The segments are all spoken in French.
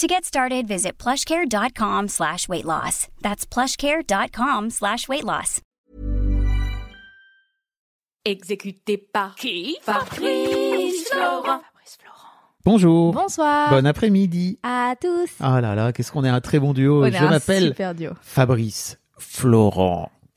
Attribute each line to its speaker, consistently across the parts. Speaker 1: To get started, visit plushcare.com slash weight loss. That's plushcare.com slash weight loss.
Speaker 2: Exécuté par qui Fabrice Florent.
Speaker 3: Bonjour.
Speaker 4: Bonsoir.
Speaker 3: Bon après-midi.
Speaker 4: à tous.
Speaker 3: Ah là là, qu'est-ce qu'on est un très bon duo.
Speaker 4: On est
Speaker 3: Je
Speaker 4: un
Speaker 3: m'appelle
Speaker 4: super duo.
Speaker 3: Fabrice Florent.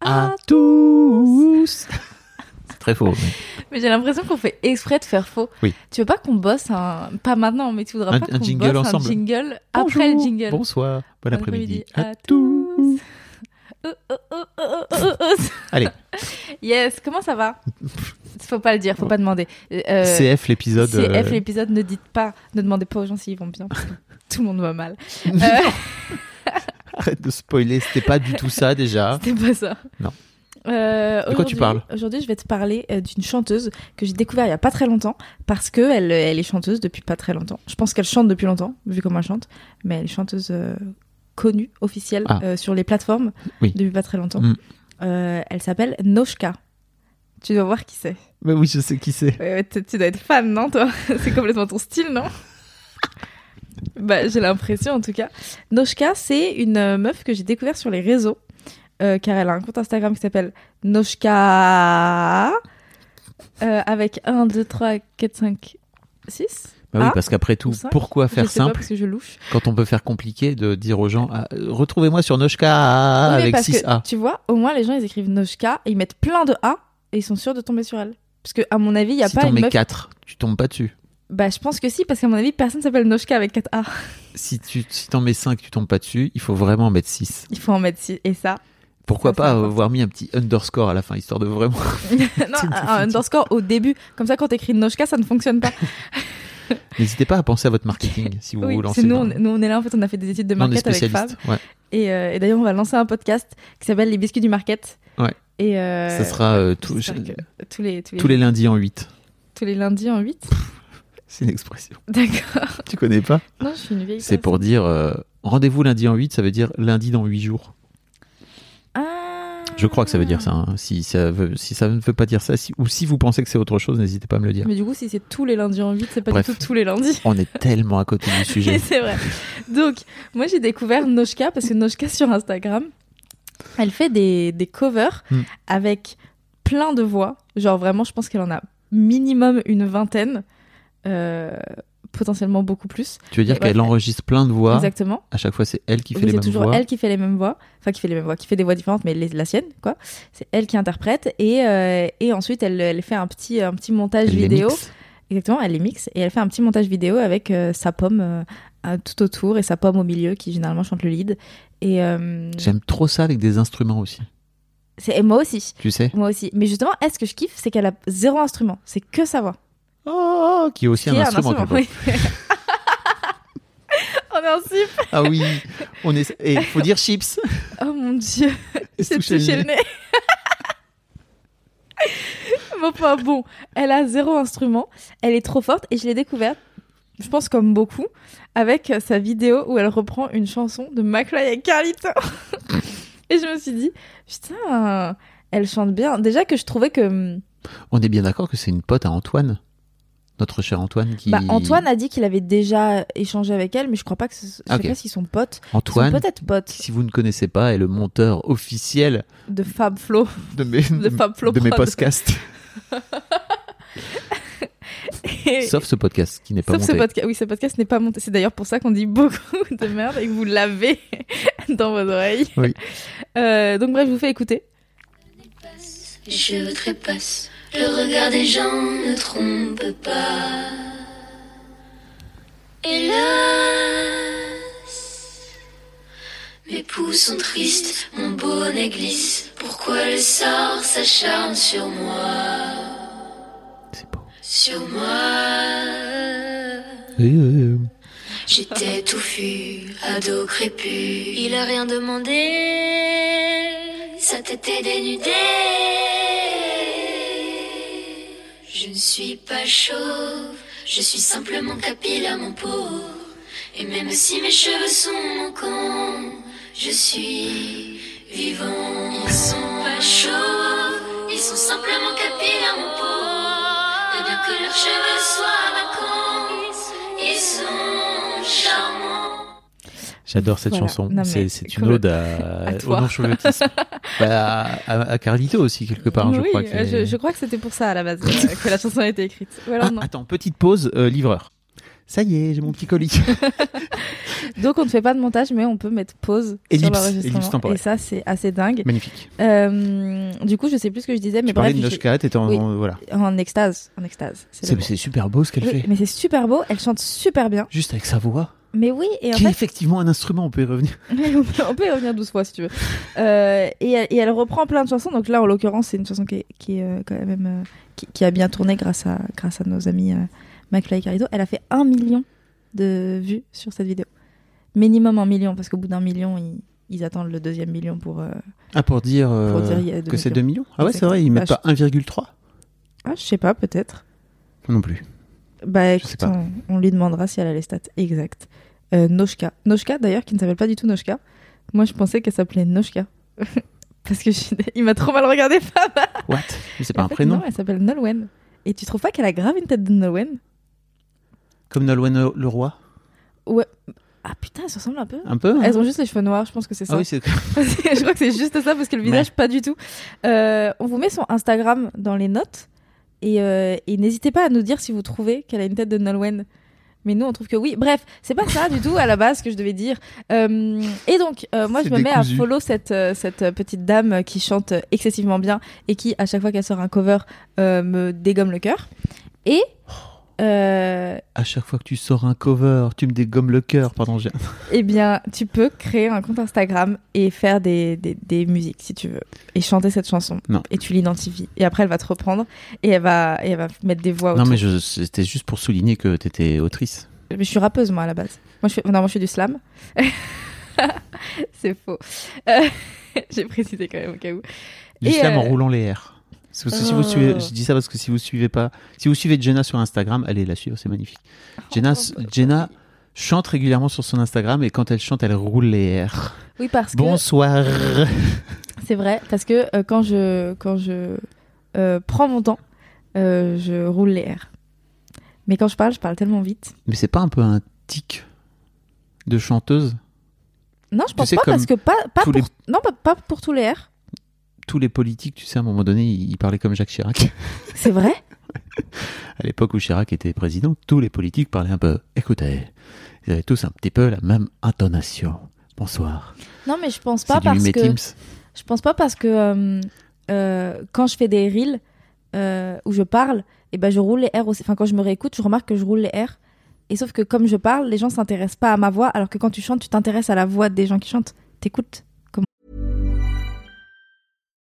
Speaker 4: À
Speaker 3: tous. c'est très faux. mais-
Speaker 4: Mais j'ai l'impression qu'on fait exprès de faire faux.
Speaker 3: Oui.
Speaker 4: Tu veux pas qu'on bosse un... Pas maintenant, mais tu voudras
Speaker 3: Un-
Speaker 4: pas
Speaker 3: un
Speaker 4: qu'on
Speaker 3: jingle
Speaker 4: bosse
Speaker 3: ensemble.
Speaker 4: un jingle après le
Speaker 3: Bonjour,
Speaker 4: jingle.
Speaker 3: Bonsoir, bon,
Speaker 4: Bon
Speaker 3: après-midi
Speaker 4: après-midi
Speaker 3: à tous.
Speaker 4: Oh, oh, oh, oh, oh, oh, oh.
Speaker 3: Allez,
Speaker 4: Yes, comment ça va Faut pas le dire, faut pas demander. Euh,
Speaker 3: CF l'épisode.
Speaker 4: CF,
Speaker 3: euh,
Speaker 4: l'épisode, ne dites pas, ne demandez pas aux gens s'ils vont bien, parce que tout le monde va mal.
Speaker 3: Euh. Arrête de spoiler, c'était pas du tout ça déjà.
Speaker 4: C'était pas ça.
Speaker 3: Non.
Speaker 4: Euh,
Speaker 3: De quoi
Speaker 4: aujourd'hui-
Speaker 3: tu parles
Speaker 4: Aujourd'hui, je vais te parler euh, d'une chanteuse que j'ai découvert il y a pas très longtemps parce que elle, euh, elle est chanteuse depuis pas très longtemps. Je pense qu'elle chante depuis longtemps vu comment elle chante, mais elle est chanteuse euh, connue officielle
Speaker 3: Ah.
Speaker 4: euh, sur les plateformes
Speaker 3: Oui.
Speaker 4: depuis pas très longtemps.
Speaker 3: Mm.
Speaker 4: Euh, elle s'appelle Noshka. Tu dois voir qui c'est.
Speaker 3: Mais oui, je sais qui c'est.
Speaker 4: Ouais, ouais, tu tu dois être fan, non, toi C'est complètement ton style, non Bah, j'ai l'impression, en tout cas. Noshka, c'est une euh, meuf que j'ai découverte sur les réseaux, euh, car elle a un compte Instagram qui s'appelle Noshka... euh, avec 1, 2, 3, 4, 5, 6
Speaker 3: Bah oui,
Speaker 4: Ah,
Speaker 3: parce qu'après tout,
Speaker 4: ou cinq,
Speaker 3: pourquoi
Speaker 4: Je
Speaker 3: faire
Speaker 4: sais pas,
Speaker 3: simple
Speaker 4: parce que je louche.
Speaker 3: quand on peut faire compliqué de dire aux gens ah, euh, retrouvez-moi sur
Speaker 4: Oui,
Speaker 3: Noshka
Speaker 4: mais
Speaker 3: Ah, avec
Speaker 4: parce que,
Speaker 3: 6A.
Speaker 4: tu vois, au moins, les gens, ils écrivent Noshka, et ils mettent plein de A, et ils sont sûrs de tomber sur elle. Parce que, à mon avis, il n'y a
Speaker 3: si
Speaker 4: pas
Speaker 3: t'en
Speaker 4: une
Speaker 3: mets
Speaker 4: meuf...
Speaker 3: 4, tu tombes pas dessus.
Speaker 4: Bah, je pense que si, parce qu'à mon avis, personne s'appelle Noshka avec 4 A.
Speaker 3: Si tu si t'en mets 5, tu tombes pas dessus. Il faut vraiment mettre 6.
Speaker 4: Il faut en mettre 6, et ça...
Speaker 3: Pourquoi
Speaker 4: Ça, c'est
Speaker 3: pas
Speaker 4: important.
Speaker 3: avoir mis un petit underscore à la fin, histoire de vraiment.
Speaker 4: non,
Speaker 3: Tout
Speaker 4: un
Speaker 3: définitif.
Speaker 4: underscore au début. Comme ça, quand t'écris Noshka, ça ne fonctionne pas.
Speaker 3: N'hésitez pas à penser à votre marketing si vous
Speaker 4: Oui,
Speaker 3: vous
Speaker 4: parce
Speaker 3: lancez.
Speaker 4: que nous, on,
Speaker 3: dans-
Speaker 4: nous, on est là, en fait, on a fait des études de
Speaker 3: dans des
Speaker 4: market avec Fab.
Speaker 3: spécialistes. Ouais.
Speaker 4: Et, euh, et d'ailleurs, on va lancer un podcast qui s'appelle Les biscuits du market.
Speaker 3: Ouais.
Speaker 4: Et euh,
Speaker 3: Ça sera euh, tout-
Speaker 4: j'espère que tous, les, tous, les,
Speaker 3: tous les lundis en 8.
Speaker 4: tous les lundis en 8.
Speaker 3: C'est une expression.
Speaker 4: D'accord.
Speaker 3: Tu connais pas
Speaker 4: Non, je suis une vieille.
Speaker 3: C'est pour dire euh, rendez-vous lundi en 8, ça veut dire lundi dans 8 jours.
Speaker 4: personne. Ah.
Speaker 3: Je crois que ça veut dire ça. hein. Si, ça veut- si ça ne veut pas dire ça, si- ou si vous pensez que c'est autre chose, n'hésitez pas à me le dire.
Speaker 4: Mais du coup, si c'est tous les lundis en 8, c'est pas
Speaker 3: Bref.
Speaker 4: du tout tous les lundis.
Speaker 3: On est tellement à côté du
Speaker 4: Mais
Speaker 3: sujet.
Speaker 4: c'est vrai. Donc, moi, j'ai découvert Noshka parce que Noshka sur Instagram, elle fait des, des covers
Speaker 3: Hmm.
Speaker 4: avec plein de voix. Genre, vraiment, je pense qu'elle en a minimum une vingtaine, euh, potentiellement beaucoup plus.
Speaker 3: Tu veux dire
Speaker 4: Mais ouais.
Speaker 3: qu'elle enregistre plein de voix.
Speaker 4: Exactement.
Speaker 3: À chaque fois, c'est elle qui fait
Speaker 4: Oui,
Speaker 3: les
Speaker 4: c'est
Speaker 3: mêmes
Speaker 4: toujours
Speaker 3: voix.
Speaker 4: elle qui fait les mêmes voix. Enfin, qui fait les mêmes voix, qui fait des voix différentes, mais les- la sienne, quoi. C'est elle qui interprète. Et, euh, et ensuite, elle, elle fait un petit, un petit montage
Speaker 3: Elle les
Speaker 4: vidéo.
Speaker 3: mixe.
Speaker 4: Exactement, elle les mixe et elle fait un petit montage vidéo avec euh, sa pomme euh, à- tout autour et sa pomme au milieu qui généralement chante le lead. Et, euh,
Speaker 3: J'aime trop ça avec des instruments aussi.
Speaker 4: c'est- et moi aussi,
Speaker 3: Tu sais
Speaker 4: moi aussi. Mais justement, est-ce que je kiffe C'est qu'elle a zéro instrument, c'est que sa voix.
Speaker 3: Oh, qui est aussi un
Speaker 4: Qui est
Speaker 3: instrument. quelque part.
Speaker 4: oui. On est en slip.
Speaker 3: Ah oui, on est. Et il faut dire chips.
Speaker 4: Oh mon dieu, c'est touché le nez. Bon, enfin bon, elle a zéro instrument, elle est trop forte et je l'ai découverte, je pense comme beaucoup, avec euh, sa vidéo où elle reprend une chanson de McFly et Carlito. et je me suis dit, putain, Elle chante bien. Déjà que je trouvais que. hum,
Speaker 3: On est bien d'accord que c'est une pote à Antoine, notre cher Antoine qui.
Speaker 4: Bah, Antoine a dit qu'il avait déjà échangé avec elle, mais je crois pas que. ce- Je
Speaker 3: Ok.
Speaker 4: sais pas s'ils sont potes. Ils sont
Speaker 3: Antoine,
Speaker 4: peut-être potes
Speaker 3: si vous ne connaissez pas, est le monteur officiel
Speaker 4: de Fab Flo.
Speaker 3: de mes,
Speaker 4: De Fab Flo
Speaker 3: de mes
Speaker 4: Prod.
Speaker 3: podcasts. Sauf ce podcast qui n'est pas
Speaker 4: Sauf ce
Speaker 3: monté.
Speaker 4: podcast. Oui, ce podcast n'est pas monté. C'est d'ailleurs pour ça qu'on dit beaucoup de merde et que vous l'avez dans vos oreilles.
Speaker 3: Oui.
Speaker 4: Euh, donc, bref, je vous fais écouter.
Speaker 5: Je veux trépasse, le regard des gens ne trompe pas. Hélas, mes pouces sont tristes, mon bonnet glisse. Pourquoi le sort s'acharne sur moi,
Speaker 3: C'est beau.
Speaker 5: sur moi?
Speaker 3: Oui, oui, oui.
Speaker 5: J'étais touffu, ado crépu. Il a rien demandé, sa tête est dénudée. Je ne suis pas chauve, je suis simplement capillaire, mon pauvre. Et même si mes cheveux sont manquants, je suis vivant. Ils sont pas chauves, ils sont simplement capillaires, mon pauvre. Et bien que leurs cheveux soient vacants, ils sont charmants.
Speaker 3: J'adore cette
Speaker 4: Voilà.
Speaker 3: chanson.
Speaker 4: Non, mais
Speaker 3: C'est c'est une
Speaker 4: comme-
Speaker 3: ode à,
Speaker 4: à
Speaker 3: au
Speaker 4: toi.
Speaker 3: non-chauvinisme. Bah, à, à Carlito aussi, quelque part, je
Speaker 4: oui,
Speaker 3: crois. que-
Speaker 4: euh, je, je crois que c'était pour ça à la base euh, que la chanson a été écrite. Ou alors
Speaker 3: Ah,
Speaker 4: non.
Speaker 3: attends, petite pause, euh, livreur. Ça y est, j'ai mon petit colis.
Speaker 4: Donc, on ne fait pas de montage, mais on peut mettre pause
Speaker 3: Ellipse,
Speaker 4: sur
Speaker 3: ellipse
Speaker 4: l'enregistrement.
Speaker 3: temporelle.
Speaker 4: Et ça, c'est assez dingue.
Speaker 3: Magnifique.
Speaker 4: Euh, du coup, je sais plus ce que je disais, mais
Speaker 3: tu parlais
Speaker 4: bref,
Speaker 3: de
Speaker 4: je-
Speaker 3: Noshka, t'étais en,
Speaker 4: Oui.
Speaker 3: voilà.
Speaker 4: en extase, en extase. c'est le
Speaker 3: C'est
Speaker 4: mot.
Speaker 3: c'est super beau ce qu'elle
Speaker 4: Oui,
Speaker 3: fait.
Speaker 4: mais c'est super beau. Elle chante super bien.
Speaker 3: Juste avec sa voix,
Speaker 4: Mais oui, et en
Speaker 3: qui est
Speaker 4: fait,
Speaker 3: effectivement un instrument, on peut y revenir.
Speaker 4: on peut- on peut y revenir 12 fois si tu veux. Euh, et, elle, et elle reprend plein de chansons. Donc là, en l'occurrence, c'est une chanson qui, est- qui est euh, quand même euh, qui, qui a bien tourné grâce à grâce à nos amis euh, McFly et Carito. Elle a fait un million de vues sur cette vidéo. Minimum un million, parce qu'au bout d'un million, ils, ils attendent le deuxième million pour. euh,
Speaker 3: Ah, pour dire, euh,
Speaker 4: Pour dire, il y a deux
Speaker 3: que c'est 2
Speaker 4: millions.
Speaker 3: millions Ah ouais, c'est
Speaker 4: Exactement.
Speaker 3: vrai, ils mettent
Speaker 4: Bah,
Speaker 3: pas 1,3
Speaker 4: Ah, je sais pas, peut-être.
Speaker 3: Non plus.
Speaker 4: Bah
Speaker 3: sais
Speaker 4: écoute,
Speaker 3: pas.
Speaker 4: On, on lui demandera si elle a les stats exactes. Euh, Noshka. Noshka, d'ailleurs, qui ne s'appelle pas du tout Noshka. Moi, je pensais qu'elle s'appelait Noshka. parce que je- il m'a trop mal regardé, Fab.
Speaker 3: What Mais C'est pas
Speaker 4: En
Speaker 3: Bah, un
Speaker 4: fait,
Speaker 3: prénom
Speaker 4: Non, elle s'appelle Nolwenn. Et tu trouves pas qu'elle a grave une tête de Nolwenn
Speaker 3: Comme Nolwenn Leroy
Speaker 4: Ah putain, elles se ressemblent un peu.
Speaker 3: Un peu hein
Speaker 4: Elles ont juste les cheveux noirs, je pense que c'est ça.
Speaker 3: Ah oui, c'est
Speaker 4: je crois que c'est juste ça parce que le
Speaker 3: Ouais.
Speaker 4: visage, pas du tout. Euh, on vous met son Instagram dans les notes et, euh, et n'hésitez pas à nous dire si vous trouvez qu'elle a une tête de Nolwenn. Mais nous, on trouve que oui. Bref, c'est pas ça du tout à la base que je devais dire. Euh, et donc, euh, moi, je
Speaker 3: C'est
Speaker 4: me mets à
Speaker 3: décousu.
Speaker 4: follow cette, euh, cette petite dame qui chante excessivement bien et qui, à chaque fois qu'elle sort un cover, euh, me dégomme le cœur. Et. euh,
Speaker 3: à chaque fois que tu sors un cover, tu me dégommes le cœur. Pardon, j'ai.
Speaker 4: Eh bien, tu peux créer un compte Instagram et faire des, des, des musiques si tu veux. Et chanter cette chanson.
Speaker 3: Non.
Speaker 4: Et tu l'identifies. Et après, elle va te reprendre et elle va, et elle va mettre des voix
Speaker 3: Non,
Speaker 4: autour.
Speaker 3: mais je- c'était juste pour souligner que t'étais autrice.
Speaker 4: Mais je suis rappeuse, moi, à la base. Moi, je fais, non, moi, je fais du slam. C'est faux. Euh, J'ai précisé quand même au cas où. Et,
Speaker 3: L'islam
Speaker 4: euh,
Speaker 3: en roulant les airs. Ah. Si vous, si vous
Speaker 4: Oh.
Speaker 3: suivez, je dis ça parce que si vous suivez pas, si vous suivez Jenna sur Instagram, allez la suivre, c'est magnifique. Jenna,
Speaker 4: Oh, bah,
Speaker 3: Jenna chante régulièrement sur son Instagram et quand elle chante, elle roule les airs.
Speaker 4: Oui, parce que.
Speaker 3: Bonsoir.
Speaker 4: C'est vrai, parce que euh, quand je, quand je euh, prends mon temps, euh, je roule les airs. Mais quand je parle, je parle tellement vite.
Speaker 3: Mais c'est pas un peu un tic de chanteuse
Speaker 4: Non, je pense
Speaker 3: sais,
Speaker 4: pas parce que
Speaker 3: comme
Speaker 4: pas, pas
Speaker 3: tous
Speaker 4: pour
Speaker 3: les-
Speaker 4: non pas, pas pour tous les airs.
Speaker 3: Tous les politiques, tu sais, à un moment donné, ils ils parlaient comme Jacques Chirac.
Speaker 4: C'est vrai
Speaker 3: À l'époque où Chirac était président, tous les politiques parlaient un peu. Écoutez, ils avaient tous un petit peu la même intonation. Bonsoir.
Speaker 4: Non, mais je pense
Speaker 3: C'est
Speaker 4: pas
Speaker 3: du
Speaker 4: parce que
Speaker 3: mimétisme.
Speaker 4: je pense pas parce que euh, euh, quand je fais des reels euh, où je parle, et ben je roule les R aussi. Enfin, quand je me réécoute, je remarque que je roule les R. Et sauf que comme je parle, les gens s'intéressent pas à ma voix, alors que quand tu chantes, tu t'intéresses à la voix des gens qui chantent. T'écoutes.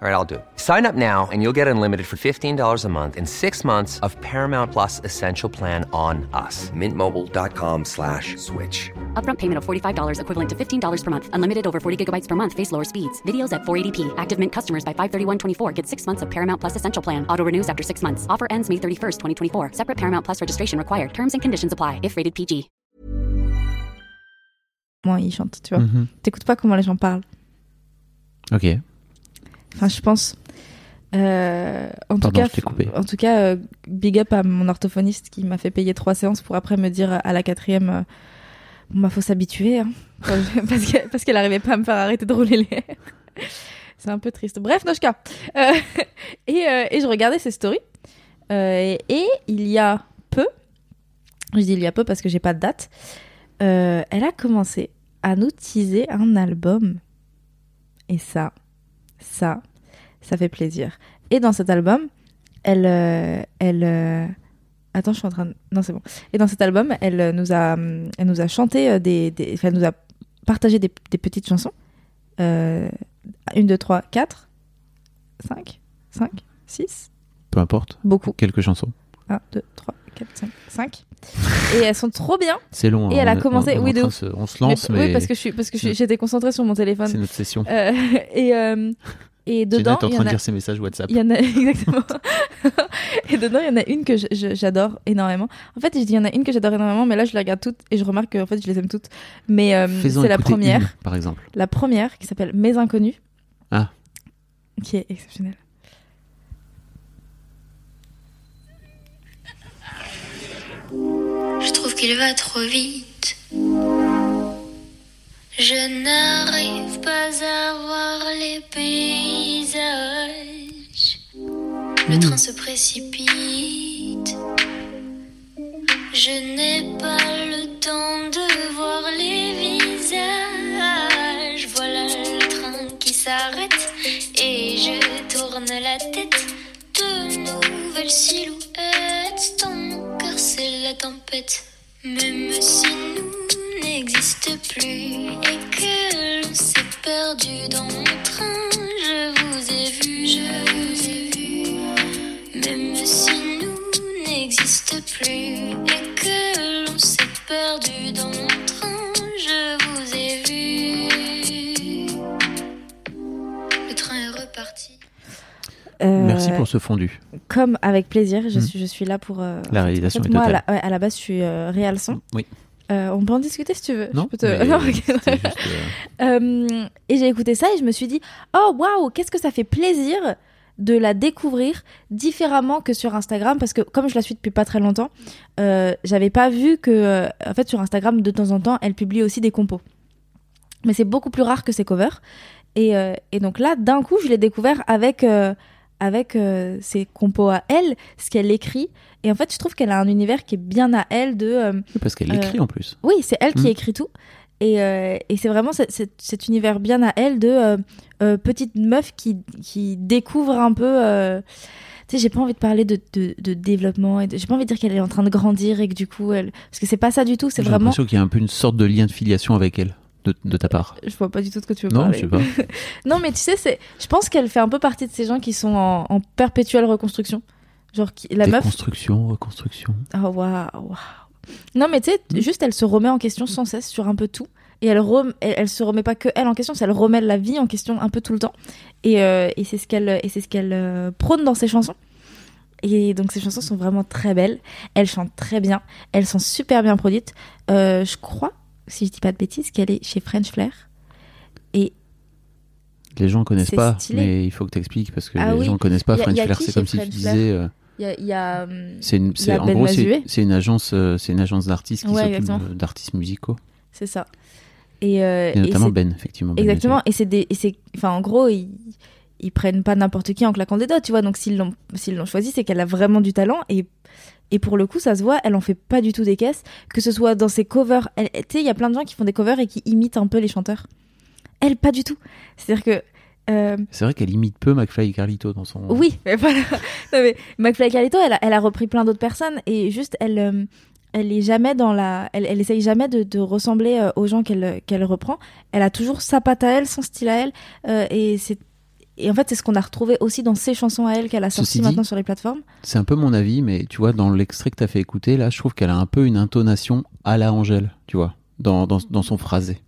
Speaker 6: All right, I'll do. it. Sign up now and you'll get unlimited for $15 a month and six months of Paramount Plus Essential Plan on us. Mintmobile.com slash switch.
Speaker 7: Upfront payment of $45 equivalent to $15 per month. Unlimited over 40 gigabytes per month. Face lower speeds. Videos at 480p. Active Mint customers by 531.24 get six months of Paramount Plus Essential Plan. Auto renews after six months. Offer ends May 31st, 2024. Separate Paramount Plus registration required. Terms and conditions apply if rated PG.
Speaker 4: Moi, ils chantent, tu vois.
Speaker 3: Mhm.
Speaker 4: T'écoutes pas comment les gens parlent.
Speaker 3: Ok.
Speaker 4: Enfin, Ah, je pense. Euh, en,
Speaker 3: Pardon, je
Speaker 4: tout
Speaker 3: t'ai coupé.
Speaker 4: cas, en tout cas, euh, big up à mon orthophoniste qui m'a fait payer trois séances pour après me dire euh, à la quatrième, euh, bon, bah, faut s'habituer, hein. parce qu'elle parce qu'elle arrivait pas à me faire arrêter de rouler les airs. C'est un peu triste. Bref, Noshka. Euh, et, euh, et je regardais ses stories. Euh, et, et il y a peu, je dis il y a peu parce que j'ai pas de date, euh, elle a commencé à nous teaser un album. Et ça, ça, ça fait plaisir. Et dans cet album, elle. euh, elle euh, Attends, je suis en train de... Non, c'est bon. Et dans cet album, elle euh, nous a, hum, elle nous a chanté euh, des... des- enfin, elle nous a partagé des, des petites chansons. Euh, une, deux, trois, quatre, cinq, cinq, six,
Speaker 3: Peu importe.
Speaker 4: beaucoup.
Speaker 3: Quelques chansons.
Speaker 4: Un, deux, trois, quatre, cinq, cinq. Et elles sont trop bien.
Speaker 3: C'est long.
Speaker 4: Et
Speaker 3: hein,
Speaker 4: elle a
Speaker 3: on est-
Speaker 4: commencé-
Speaker 3: on est en
Speaker 4: oui, de
Speaker 3: train
Speaker 4: ouf.
Speaker 3: se- on se lance, mais,
Speaker 4: Oui, parce que je suis, parce que je suis- j'étais concentrée sur mon téléphone.
Speaker 3: c'est notre session.
Speaker 4: Euh, et, euh, et
Speaker 3: Jenna
Speaker 4: dedans,
Speaker 3: est en
Speaker 4: il y
Speaker 3: train
Speaker 4: en
Speaker 3: de
Speaker 4: a-
Speaker 3: lire ses messages WhatsApp.
Speaker 4: Il y en a exactement. et dedans, il y en a une que je- je- j'adore énormément. En fait, je dis il y en a une que j'adore énormément, mais là, je les regarde toutes et je remarque que en fait, je les aime toutes. Mais euh,
Speaker 3: Faisons
Speaker 4: c'est la
Speaker 3: écouter
Speaker 4: première,
Speaker 3: une, par exemple.
Speaker 4: la première qui s'appelle Mes inconnus.
Speaker 3: Ah.
Speaker 4: Qui est exceptionnelle.
Speaker 5: Je trouve qu'il va trop vite. Je n'arrive pas à voir les paysages. Le train se précipite. Je n'ai pas le temps de voir les visages. Voilà le train qui s'arrête et je tourne la tête. De nouvelles silhouettes dans mon cœur, c'est la tempête. Même si nous n'existe plus et que l'on s'est perdu dans mon train, je vous ai vu, je vous ai vu. Même si nous n'existe plus et que l'on s'est perdu dans mon train, je vous ai vu. Le train est reparti.
Speaker 4: Euh,
Speaker 3: Merci pour ce fondu.
Speaker 4: Comme avec plaisir, je
Speaker 3: Mm.
Speaker 4: suis, je suis là pour. euh,
Speaker 3: La
Speaker 4: en
Speaker 3: réalisation
Speaker 4: fait,
Speaker 3: est
Speaker 4: moi, à
Speaker 3: totale.
Speaker 4: la, ouais, à la base, je suis euh, réal son.
Speaker 3: Oui.
Speaker 4: Euh, on peut en discuter si tu veux.
Speaker 3: Non,
Speaker 4: Je peux te-
Speaker 3: mais
Speaker 4: Non, ok.
Speaker 3: c'était juste, euh,
Speaker 4: Euh, et j'ai écouté ça et je me suis dit, oh waouh, qu'est-ce que ça fait plaisir de la découvrir différemment que sur Instagram parce que comme je la suis depuis pas très longtemps, euh, j'avais pas vu que euh, en fait sur Instagram de temps en temps elle publie aussi des compos, mais c'est beaucoup plus rare que ses covers. Et, euh, et donc là, d'un coup, je l'ai découvert avec euh, avec euh, ses compos à elle, ce qu'elle écrit. Et en fait, je trouve qu'elle a un univers qui est bien à elle de euh,
Speaker 3: parce qu'elle l'écrit en plus.
Speaker 4: oui, c'est elle qui
Speaker 3: Mm.
Speaker 4: écrit tout. Et, euh, et c'est vraiment cet- cet- cet univers bien à elle de euh, euh, petite meuf qui, qui découvre un peu. euh, tu sais, j'ai pas envie de parler de, de, de développement. et de- J'ai pas envie de dire qu'elle est en train de grandir et que du coup, elle. Parce que c'est pas ça du tout. C'est
Speaker 3: J'ai
Speaker 4: vraiment.
Speaker 3: l'impression qu'il y a un peu une sorte de lien de filiation avec elle, de, de ta part.
Speaker 4: Je vois pas du tout de quoi tu veux
Speaker 3: Non, je
Speaker 4: parler.
Speaker 3: sais pas.
Speaker 4: Non, mais tu sais, c'est. Je pense qu'elle fait un peu partie de ces gens qui sont en, en perpétuelle reconstruction. Genre, qui- la meuf.
Speaker 3: Déconstruction, reconstruction.
Speaker 4: Oh waouh, waouh. Non mais tu sais,
Speaker 3: Mm.
Speaker 4: juste elle se remet en question sans cesse sur un peu tout. Et elle, rem- elle, elle se remet pas que elle en question, c'est elle remet la vie en question un peu tout le temps. Et, euh, et c'est ce qu'elle et c'est ce qu'elle euh, prône dans ses chansons. Et donc ses chansons sont vraiment très belles. Elle chante très bien. Elles sont super bien produites. Euh, je crois, si je dis pas de bêtises, qu'elle est chez French Flair.
Speaker 3: Les gens connaissent
Speaker 4: C'est
Speaker 3: pas,
Speaker 4: stylé.
Speaker 3: mais il faut que t'expliques parce que
Speaker 4: Ah
Speaker 3: les
Speaker 4: oui.
Speaker 3: gens connaissent pas
Speaker 4: Y a-
Speaker 3: French
Speaker 4: y a
Speaker 3: Flair.
Speaker 4: qui
Speaker 3: C'est
Speaker 4: chez
Speaker 3: comme si tu
Speaker 4: French
Speaker 3: disais, euh,
Speaker 4: Il y a, il y a, hum,
Speaker 3: c'est une, c'est- en
Speaker 4: Ben
Speaker 3: gros,
Speaker 4: Mazuet.
Speaker 3: c'est c'est une agence, euh, c'est une agence d'artistes qui
Speaker 4: Ouais,
Speaker 3: s'occupe
Speaker 4: exactement.
Speaker 3: euh, d'artistes musicaux,
Speaker 4: c'est ça. Et, euh,
Speaker 3: et
Speaker 4: et
Speaker 3: notamment
Speaker 4: c'est-
Speaker 3: Ben, effectivement. Ben
Speaker 4: Exactement. Et c'est des, et c'est, enfin, en gros, ils, ils prennent pas n'importe qui en claquant des doigts, tu vois. Donc s'ils l'ont, s'ils l'ont choisi, c'est qu'elle a vraiment du talent et et pour le coup, ça se voit, elle en fait pas du tout des caisses. Que ce soit dans ses covers, elle, tu sais, il y a plein de gens qui font des covers et qui imitent un peu les chanteurs. Elle, pas du tout. C'est-à-dire que Euh,
Speaker 3: C'est vrai qu'elle imite peu McFly et Carlito dans son.
Speaker 4: Oui, mais voilà. Non, mais McFly et Carlito, elle a, elle a repris plein d'autres personnes et juste, elle, euh, elle est jamais dans la, elle, elle essaye jamais de, de ressembler euh, aux gens qu'elle euh, qu'elle reprend. Elle a toujours sa patte à elle, son style à elle, euh, et c'est, et en fait, c'est ce qu'on a retrouvé aussi dans ses chansons à elle qu'elle a
Speaker 3: Ceci
Speaker 4: sorties
Speaker 3: dit-
Speaker 4: maintenant sur les plateformes.
Speaker 3: C'est un peu mon avis, mais tu vois, dans l'extrait que t'as fait écouter, là, je trouve qu'elle a un peu une intonation à la Angèle, tu vois, dans, dans, dans son phrasé.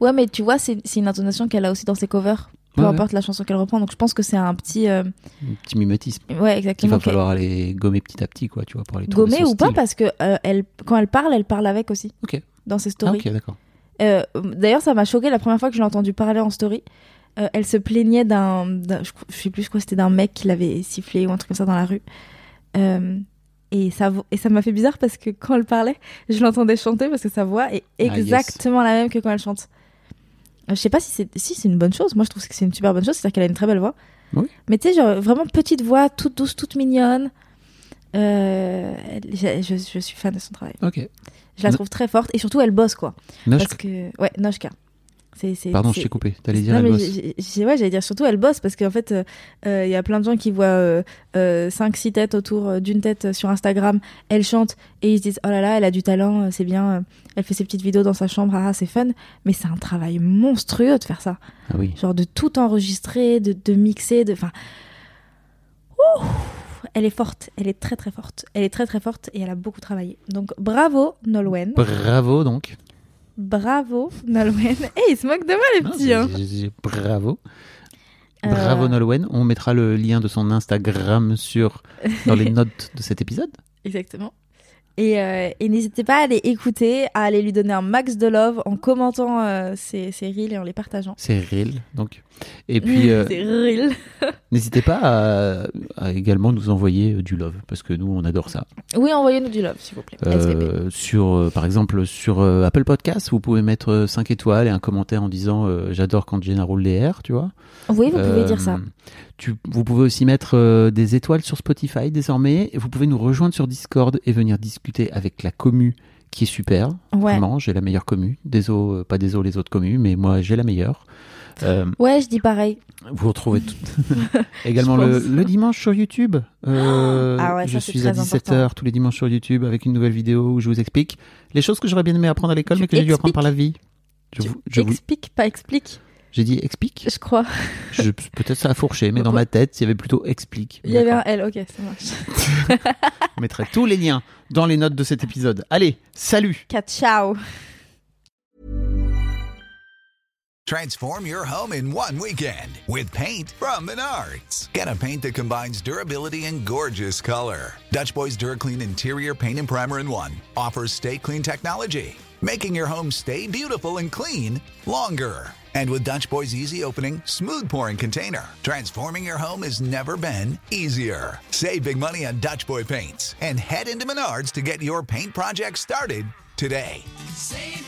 Speaker 4: Ouais, mais tu vois, c'est c'est une intonation qu'elle a aussi dans ses covers, peu
Speaker 3: Ouais,
Speaker 4: importe la chanson qu'elle reprend. Donc, je pense que c'est un petit, euh,
Speaker 3: Un petit mimétisme.
Speaker 4: ouais,
Speaker 3: Il
Speaker 4: exactement.
Speaker 3: va
Speaker 4: qu'elle-
Speaker 3: falloir aller gommer petit à petit, quoi, tu vois, pour aller trouver
Speaker 4: Gommer
Speaker 3: son
Speaker 4: ou pas,
Speaker 3: style.
Speaker 4: parce que euh, elle, quand elle parle, elle parle avec aussi.
Speaker 3: Ok.
Speaker 4: Dans ses
Speaker 3: Ah,
Speaker 4: stories.
Speaker 3: ok, d'accord.
Speaker 4: Euh, D'ailleurs, ça m'a choqué la première fois que je l'ai entendu parler en story. Euh, elle se plaignait d'un, d'un- je, cro- je sais plus, je crois que c'était d'un mec qui l'avait sifflé ou un truc comme ça dans la rue. Euh, et ça, vo- et ça m'a fait bizarre parce que quand elle parlait, je l'entendais chanter parce que sa voix est
Speaker 3: Ah, yes.
Speaker 4: exactement la même que quand elle chante. Euh, je sais pas si c'est, si c'est une bonne chose. Moi, je trouve que c'est une super bonne chose, c'est-à-dire qu'elle a une très belle voix.
Speaker 3: Oui.
Speaker 4: Mais tu sais, genre vraiment petite voix, toute douce, toute mignonne. Euh, elle- je, je- je suis fan de son travail.
Speaker 3: Ok.
Speaker 4: Je la
Speaker 3: No-
Speaker 4: trouve très forte et surtout elle bosse quoi.
Speaker 3: Noche-
Speaker 4: Parce que ouais, Noshka. C'est c'est
Speaker 3: Pardon, je
Speaker 4: c'est-
Speaker 3: t'ai coupé. T'allais dire
Speaker 4: Non,
Speaker 3: elle
Speaker 4: mais
Speaker 3: bosse.
Speaker 4: j'ai- j'ai- ouais, j'allais dire surtout elle bosse parce qu'en fait euh, euh, il y a plein de gens qui voient euh, euh, cinq six têtes autour euh, d'une tête euh, sur Instagram, elle chante et ils se disent "Oh là là, elle a du talent, euh, c'est bien, euh, elle fait ses petites vidéos dans sa chambre, ah, ah, c'est fun." Mais c'est un travail monstrueux de faire ça.
Speaker 3: Ah oui.
Speaker 4: Genre de tout enregistrer, de, de mixer, de enfin Ouh, elle est forte, elle est très très forte. Elle est très très forte et elle a beaucoup travaillé. Donc bravo Nolwenn.
Speaker 3: Bravo donc.
Speaker 4: Bravo Nolwenn. Eh, il se moque de moi les
Speaker 3: Ah,
Speaker 4: petits. hein.
Speaker 3: j'ai- j'ai- Bravo.
Speaker 4: Euh,
Speaker 3: Bravo Nolwenn. On mettra le lien de son Instagram sur dans les notes de cet épisode.
Speaker 4: Exactement. Et, euh, et n'hésitez pas à aller écouter, à aller lui donner un max de love en commentant euh, ses, ses reels et en les partageant.
Speaker 3: C'est réel donc. Et puis euh,
Speaker 4: Ses reels.
Speaker 3: n'hésitez pas à, à également nous envoyer euh, du love parce que nous on adore ça.
Speaker 4: Oui, envoyez-nous du love, s'il vous plaît. SVP.
Speaker 3: Euh, sur euh, par exemple sur euh, Apple Podcast, vous pouvez mettre 5 étoiles et un commentaire en disant euh, j'adore quand Jenna roule les airs, tu vois.
Speaker 4: Oui, vous pouvez
Speaker 3: Euh,
Speaker 4: dire ça.
Speaker 3: tu- vous pouvez aussi mettre euh, des étoiles sur Spotify désormais. Et vous pouvez nous rejoindre sur Discord et venir discuter avec la commu qui est super.
Speaker 4: Ouais.
Speaker 3: Vraiment, j'ai la meilleure commu. Désolé, euh, pas désolé les autres communes, mais moi j'ai la meilleure. Euh,
Speaker 4: Ouais, je dis pareil.
Speaker 3: vous retrouvez tout... également
Speaker 4: Je
Speaker 3: le,
Speaker 4: pense.
Speaker 3: le dimanche sur YouTube. Euh,
Speaker 4: Ah ouais, ça,
Speaker 3: je
Speaker 4: c'est
Speaker 3: suis
Speaker 4: très
Speaker 3: à 17h tous les dimanches sur YouTube avec une nouvelle vidéo où je vous explique les choses que j'aurais bien aimé apprendre à l'école
Speaker 4: Tu
Speaker 3: mais que j'ai dû apprendre
Speaker 4: expliques.
Speaker 3: par la vie. Je
Speaker 4: Tu
Speaker 3: vous- je vous-
Speaker 4: explique, pas explique,
Speaker 3: J'ai dit explique.
Speaker 4: je crois.
Speaker 3: Je- Peut-être ça a fourché, mais dans ma tête, il y avait plutôt explique.
Speaker 4: Il y avait
Speaker 3: D'accord.
Speaker 4: un L, ok, ça marche.
Speaker 3: Je mettrai tous les liens dans les notes de cet épisode. Allez, salut
Speaker 4: Quatre, Ciao.
Speaker 8: Transform your home in one weekend with paint from Menards. Get a paint that combines durability and gorgeous color. Dutch Boys DuraClean Interior Paint and Primer in One offers stay clean technology, making your home stay beautiful and clean longer. And with Dutch Boy's easy opening, smooth pouring container, transforming your home has never been easier. Save big money on Dutch Boy paints and head into Menards to get your paint project started today. Save